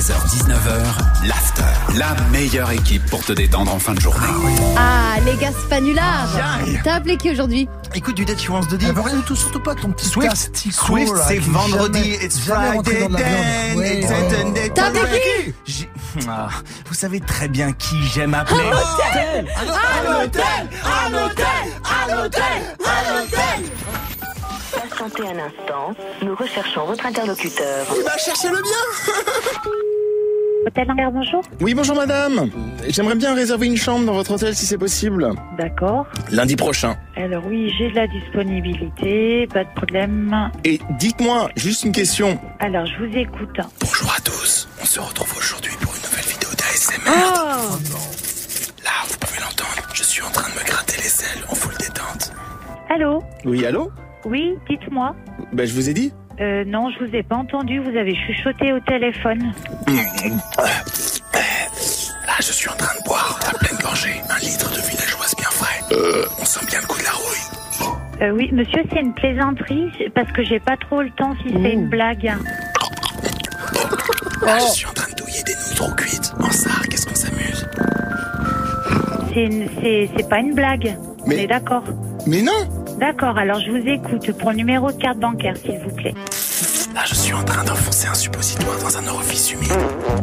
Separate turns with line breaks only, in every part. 16h-19h, l'after. La meilleure équipe pour te détendre en fin de journée.
Ah, les gars Spanular T'as appelé qui aujourd'hui
Ah, Écoute du Dead She Wants to Deep.
veut rien du tout, surtout pas ton petit
Swift,
castico,
Swift,
là,
c'est
qui
vendredi,
jamais-
it's
jamais rentré
Friday,
dans de la
then,
viande. Ouais.
it's a Sunday,
T'as appelé qui
J'ai- Ah, vous savez très bien qui j'aime appeler.
Un hôtel
Patientez un instant, nous recherchons votre interlocuteur.
Il va chercher le bien
Hôtel Imbert, bonjour.
Oui, bonjour madame. J'aimerais bien réserver une chambre dans votre hôtel si c'est possible.
D'accord.
Lundi prochain.
Alors oui, j'ai de la disponibilité, pas de problème.
Et dites-moi juste une question.
Alors, je vous écoute.
Bonjour à tous. On se retrouve aujourd'hui pour une nouvelle vidéo d'ASMR. Là, vous pouvez l'entendre. Je suis en train de me gratter les ailes en full détente.
Allô
Oui, allô
Oui, dites-moi.
Ben, je vous ai dit.
Euh, non, je vous ai pas entendu, vous avez chuchoté au téléphone.
Là, je suis en train de boire à pleine gorgée un litre de villageoise bien frais. Euh, on sent bien le coup de la rouille.
Euh, oui, monsieur, c'est une plaisanterie, parce que j'ai pas trop le temps si c'est une blague.
Là, je suis en train de douiller des nouilles trop cuites. En sarre, qu'est-ce qu'on s'amuse
C'est une- c'est- c'est pas une blague.
Mais-
On est d'accord.
Mais non
D'accord, alors je vous écoute pour le numéro de carte bancaire, s'il vous plaît.
Là, je suis en train d'enfoncer un suppositoire dans un orifice humide.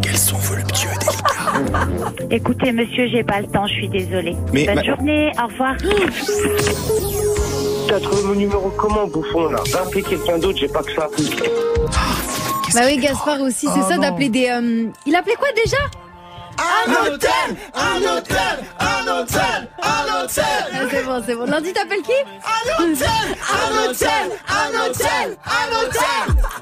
Quels sont voluptueux et délicats.
Écoutez, monsieur, j'ai pas le temps, je suis désolée.
Mais
Bonne
ma-
journée, au revoir.
T'as trouvé mon numéro comment, bouffon, là Va appeler quelqu'un d'autre, j'ai pas que ça.
Bah oui, Gaspard aussi, c'est ça d'appeler des... euh, Il appelait quoi déjà
Un hôtel Un hôtel Un hôtel Un hôtel
Ah, C'est bon, c'est bon. Lundi, t'appelles qui
Un hôtel Un hôtel Un hôtel Un hôtel